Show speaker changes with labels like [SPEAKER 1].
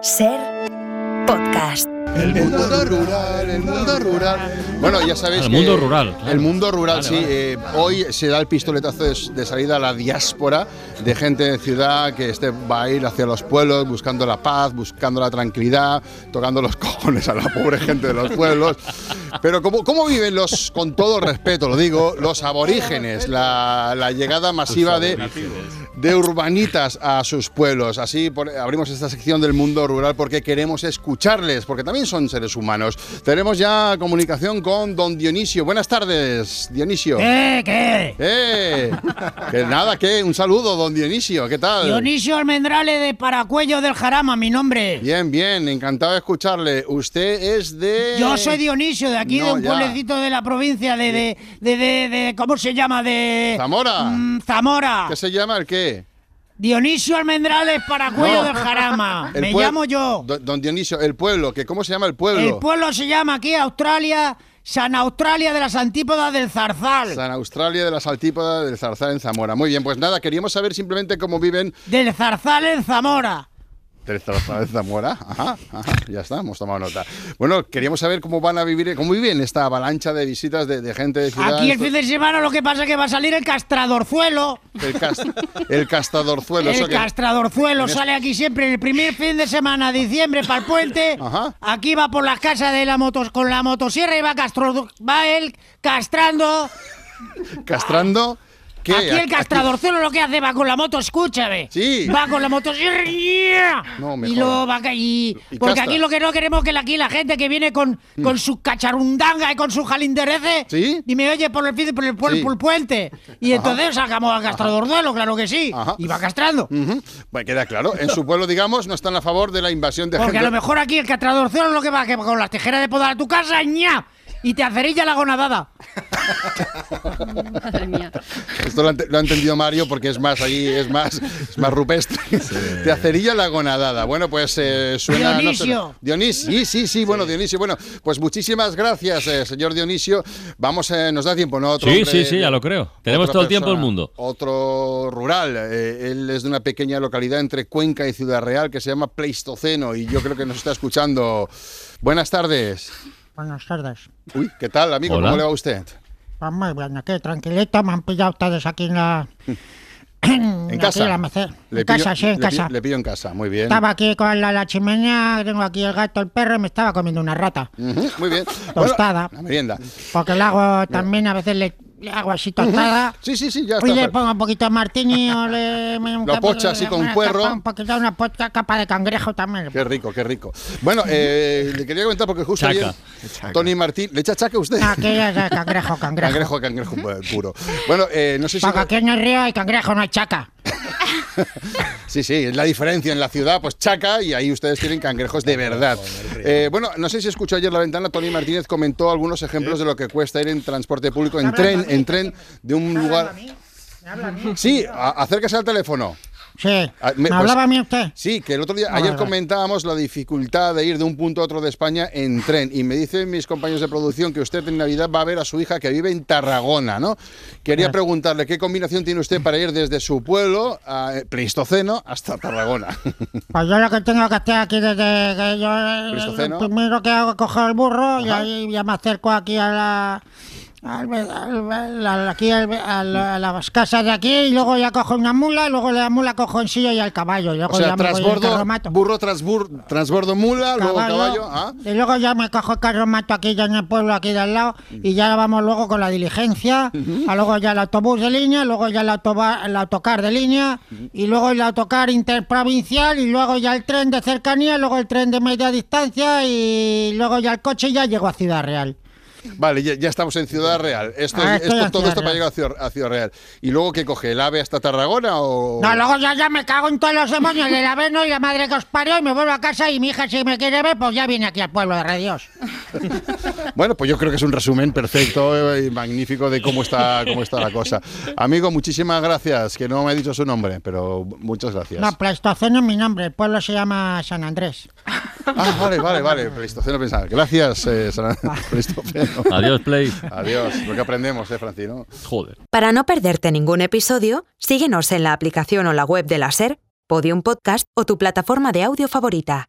[SPEAKER 1] Ser podcast.
[SPEAKER 2] El mundo rural, el mundo rural. Bueno, ya sabéis
[SPEAKER 3] Ah, El
[SPEAKER 2] que-
[SPEAKER 3] mundo rural, claro.
[SPEAKER 2] El mundo rural,
[SPEAKER 3] Vale,
[SPEAKER 2] sí.
[SPEAKER 3] vale.
[SPEAKER 2] eh, hoy se da el pistoletazo de, de salida a la diáspora de gente de ciudad que este va a ir hacia los pueblos buscando la paz, buscando la tranquilidad, tocando los cojones a la pobre gente de los pueblos. Pero ¿cómo, cómo viven los, con todo respeto lo digo, los aborígenes, la, la llegada masiva de, de urbanitas a sus pueblos. Así por- abrimos esta sección del mundo rural porque queremos escucharles, porque también son seres humanos. Tenemos ya comunicación con don Dionisio. Buenas tardes, Dionisio.
[SPEAKER 4] ¿Qué? ¿Qué?
[SPEAKER 2] ¡Eh! que nada, que un saludo, don Dionisio. ¿Qué tal?
[SPEAKER 4] Dionisio Almendrale de Paracuello del Jarama, mi nombre.
[SPEAKER 2] Bien, bien, encantado de escucharle. Usted es de.
[SPEAKER 4] Yo soy Dionisio, de aquí, de
[SPEAKER 2] No,
[SPEAKER 4] un
[SPEAKER 2] ya.
[SPEAKER 4] pueblecito de la provincia de, de, de, de- de- ¿cómo se llama? De...
[SPEAKER 2] Zamora.
[SPEAKER 4] Mm, Zamora.
[SPEAKER 2] ¿Qué se llama el qué?
[SPEAKER 4] Dionisio Almendrales Paracuello
[SPEAKER 2] No.
[SPEAKER 4] del Jarama.
[SPEAKER 2] El
[SPEAKER 4] Me
[SPEAKER 2] pue-
[SPEAKER 4] llamo yo.
[SPEAKER 2] Don, don Dionisio, el pueblo, que ¿cómo se llama el pueblo?
[SPEAKER 4] El pueblo se llama aquí Australia, San Australia de las Antípodas del Zarzal.
[SPEAKER 2] San Australia de las Altípodas del Zarzal en Zamora. Muy bien, pues nada, queríamos saber simplemente cómo viven
[SPEAKER 4] Del Zarzal en Zamora.
[SPEAKER 2] del Zarzal en Zamora. Ajá, ajá, ya está, hemos tomado nota. Bueno, queríamos saber cómo van a vivir, cómo viven esta avalancha de visitas de, de gente de ciudad.
[SPEAKER 4] Aquí el
[SPEAKER 2] Esto-
[SPEAKER 4] fin de semana lo que pasa es que va a salir el castradorzuelo.
[SPEAKER 2] el, cas- el castadorzuelo. eso
[SPEAKER 4] El
[SPEAKER 2] que-
[SPEAKER 4] castradorzuelo
[SPEAKER 2] en es-
[SPEAKER 4] sale aquí siempre el primer fin de semana de diciembre para el puente.
[SPEAKER 2] Ajá.
[SPEAKER 4] Aquí va por las casas de la motos con la motosierra y va castro va él castrando.
[SPEAKER 2] castrando. ¿qué?
[SPEAKER 4] Aquí el castradorzuelo lo que hace va con la moto, escúchame.
[SPEAKER 2] Sí.
[SPEAKER 4] Va con la motosierra y-
[SPEAKER 2] No, me
[SPEAKER 4] y lo
[SPEAKER 2] jodas.
[SPEAKER 4] va ca- y-
[SPEAKER 2] Y
[SPEAKER 4] porque
[SPEAKER 2] castra. Mm.
[SPEAKER 4] aquí lo que no queremos que la- aquí la gente que viene con, con su cacharundanga y con su jalinderece
[SPEAKER 2] Sí.
[SPEAKER 4] y me oye por el fin- por el, por el-
[SPEAKER 2] Sí.
[SPEAKER 4] por el puente y entonces sacamos al castradorzuelo, claro que sí,
[SPEAKER 2] Ajá. Mm.
[SPEAKER 4] y va castrando.
[SPEAKER 2] Ujú. Bueno, queda claro, en su pueblo, digamos, no están a favor de la invasión de
[SPEAKER 4] Porque a
[SPEAKER 2] gente.
[SPEAKER 4] lo mejor aquí el catradorcero es lo que va que con las tijeras de podar a tu casa, ña, y te acerilla la gonadada.
[SPEAKER 5] Madre mía.
[SPEAKER 2] Esto lo ha, ent- lo ha entendido Mario porque es más allí, es más, es más rupestre. Te acerilla la gonadada. Bueno, pues eh, suena. no sé,
[SPEAKER 4] Dionisio.
[SPEAKER 2] Dionisio, sí, sí, sí, bueno, Dionisio. Bueno, pues muchísimas gracias, eh, señor Dionisio. Vamos, eh, nos da tiempo, ¿no? Otro
[SPEAKER 3] Sí,
[SPEAKER 2] hombre-
[SPEAKER 3] sí, sí, ya lo creo. Tenemos
[SPEAKER 2] otra
[SPEAKER 3] todo el tiempo del
[SPEAKER 2] persona,
[SPEAKER 3] mundo.
[SPEAKER 2] Otro rural. eh, él es de una pequeña localidad entre Cuenca y Ciudad Real que se llama Pleistoceno y yo creo que nos está escuchando. Buenas tardes.
[SPEAKER 4] Buenas tardes.
[SPEAKER 2] Uy, ¿qué tal, amigo?
[SPEAKER 3] Hola.
[SPEAKER 2] ¿Cómo le va a usted?
[SPEAKER 4] Pues muy bueno, qué tranquilito, me han pillado ustedes aquí en la.
[SPEAKER 2] ¿En
[SPEAKER 4] aquí
[SPEAKER 2] casa?
[SPEAKER 4] en la merced.
[SPEAKER 2] Le
[SPEAKER 4] En
[SPEAKER 2] pillo-
[SPEAKER 4] casa, sí, en
[SPEAKER 2] le pi-
[SPEAKER 4] casa.
[SPEAKER 2] Le pillo en casa, muy bien.
[SPEAKER 4] Estaba aquí con la, la chimenea, tengo aquí el gato, el perro y me estaba comiendo una rata.
[SPEAKER 2] Ujú, Muy bien. Bueno,
[SPEAKER 4] Tostada.
[SPEAKER 2] la merienda.
[SPEAKER 4] Porque le hago también, a veces le, le hago así tostada.
[SPEAKER 2] Sí, sí, sí, ya
[SPEAKER 4] Y le
[SPEAKER 2] está.
[SPEAKER 4] pongo un poquito de martini o le... me- un
[SPEAKER 2] Lo
[SPEAKER 4] capo-
[SPEAKER 2] pocha así con
[SPEAKER 4] una
[SPEAKER 2] puerro.
[SPEAKER 4] capa- Un poquito, una pocha- capa de cangrejo también. le
[SPEAKER 2] Qué rico, qué rico. Bueno, eh, le quería comentar porque justo
[SPEAKER 3] Chaca.
[SPEAKER 2] ayer Tony Martín, ¿le echa chaca a usted?
[SPEAKER 4] Aquí es eh, cangrejo, cangrejo.
[SPEAKER 2] Cangrejo, cangrejo pu- puro. Bueno, eh, no sé si...
[SPEAKER 4] Porque aquí en el río hay cangrejo, no hay chaca.
[SPEAKER 2] Sí, sí, es la diferencia en la ciudad, pues chaca y ahí ustedes tienen cangrejos de verdad. Eh, bueno, no sé si escuchó ayer la ventana, Tony Martínez comentó algunos ejemplos de lo que cuesta ir en transporte público, en
[SPEAKER 4] Habla
[SPEAKER 2] tren,
[SPEAKER 4] a mí.
[SPEAKER 2] en tren de un lugar... Sí, a- acérquese al teléfono.
[SPEAKER 4] Sí.
[SPEAKER 2] Ah, me-
[SPEAKER 4] ¿Me,
[SPEAKER 2] pues-
[SPEAKER 4] hablaba a mí usted?
[SPEAKER 2] Sí, que el otro día,
[SPEAKER 4] Ah,
[SPEAKER 2] ayer
[SPEAKER 4] vale.
[SPEAKER 2] comentábamos la dificultad de ir de un punto a otro de España en tren. Y me dicen mis compañeros de producción que usted en Navidad va a ver a su hija que vive en Tarragona, ¿no?
[SPEAKER 4] Eh.
[SPEAKER 2] Quería preguntarle qué combinación tiene usted para ir desde su pueblo, a eh, Pleistoceno, hasta Tarragona.
[SPEAKER 4] Pues yo lo que tengo que hacer aquí desde que yo... eh,
[SPEAKER 2] Cristoceno.
[SPEAKER 4] Lo primero que hago es coger el burro y ahí ya me acerco aquí a la... al- al- al- al- aquí al- al- a las casas de aquí y luego ya cojo una mula y luego de la mula cojo en sillo y al caballo. Y luego
[SPEAKER 2] o sea,
[SPEAKER 4] ya me voy en
[SPEAKER 2] transbordo,
[SPEAKER 4] carromato.
[SPEAKER 2] burro, transbur- transbordo mula, luego caballo. ¿ah?
[SPEAKER 4] Y luego ya me cojo el carromato aquí ya en el pueblo, aquí de al lado, y ya vamos luego con la diligencia, a luego ya el autobús de línea, luego ya el, autoba- el autocar de línea, y luego el autocar interprovincial, y luego ya el tren de cercanía, luego el tren de media distancia, y luego ya el coche y ya llego a Ciudad Real.
[SPEAKER 2] Vale, ya, ya estamos en Ciudad Real. Esto,
[SPEAKER 4] Ah, estoy
[SPEAKER 2] esto-
[SPEAKER 4] en
[SPEAKER 2] todo
[SPEAKER 4] Ciudad
[SPEAKER 2] esto para
[SPEAKER 4] Real.
[SPEAKER 2] llegar a Ciudad, a Ciudad Real. ¿Y luego qué coge? ¿El ave hasta Tarragona o...?
[SPEAKER 4] No, luego ya, ya me cago en todos los demonios del aveno y la madre que os parió, y me vuelvo a casa, y mi hija si me quiere ver, pues ya viene aquí al pueblo de Redios.
[SPEAKER 2] Bueno, pues yo creo que es un resumen perfecto eh, y magnífico de cómo está, cómo está la cosa. Amigo, muchísimas gracias, que no me ha dicho su nombre, pero muchas gracias.
[SPEAKER 4] No, Pleistoceno es mi nombre, el pueblo se llama San Andrés.
[SPEAKER 2] Ah, vale, vale, vale, Pleistoceno pensar. Gracias, eh, San- Pleistoceno.
[SPEAKER 3] Adiós, Play.
[SPEAKER 2] Adiós, lo que aprendemos, eh, Francino.
[SPEAKER 3] Joder.
[SPEAKER 1] Para no perderte ningún episodio, síguenos en la aplicación o la web de la Ser, Podium Podcast o tu plataforma de audio favorita.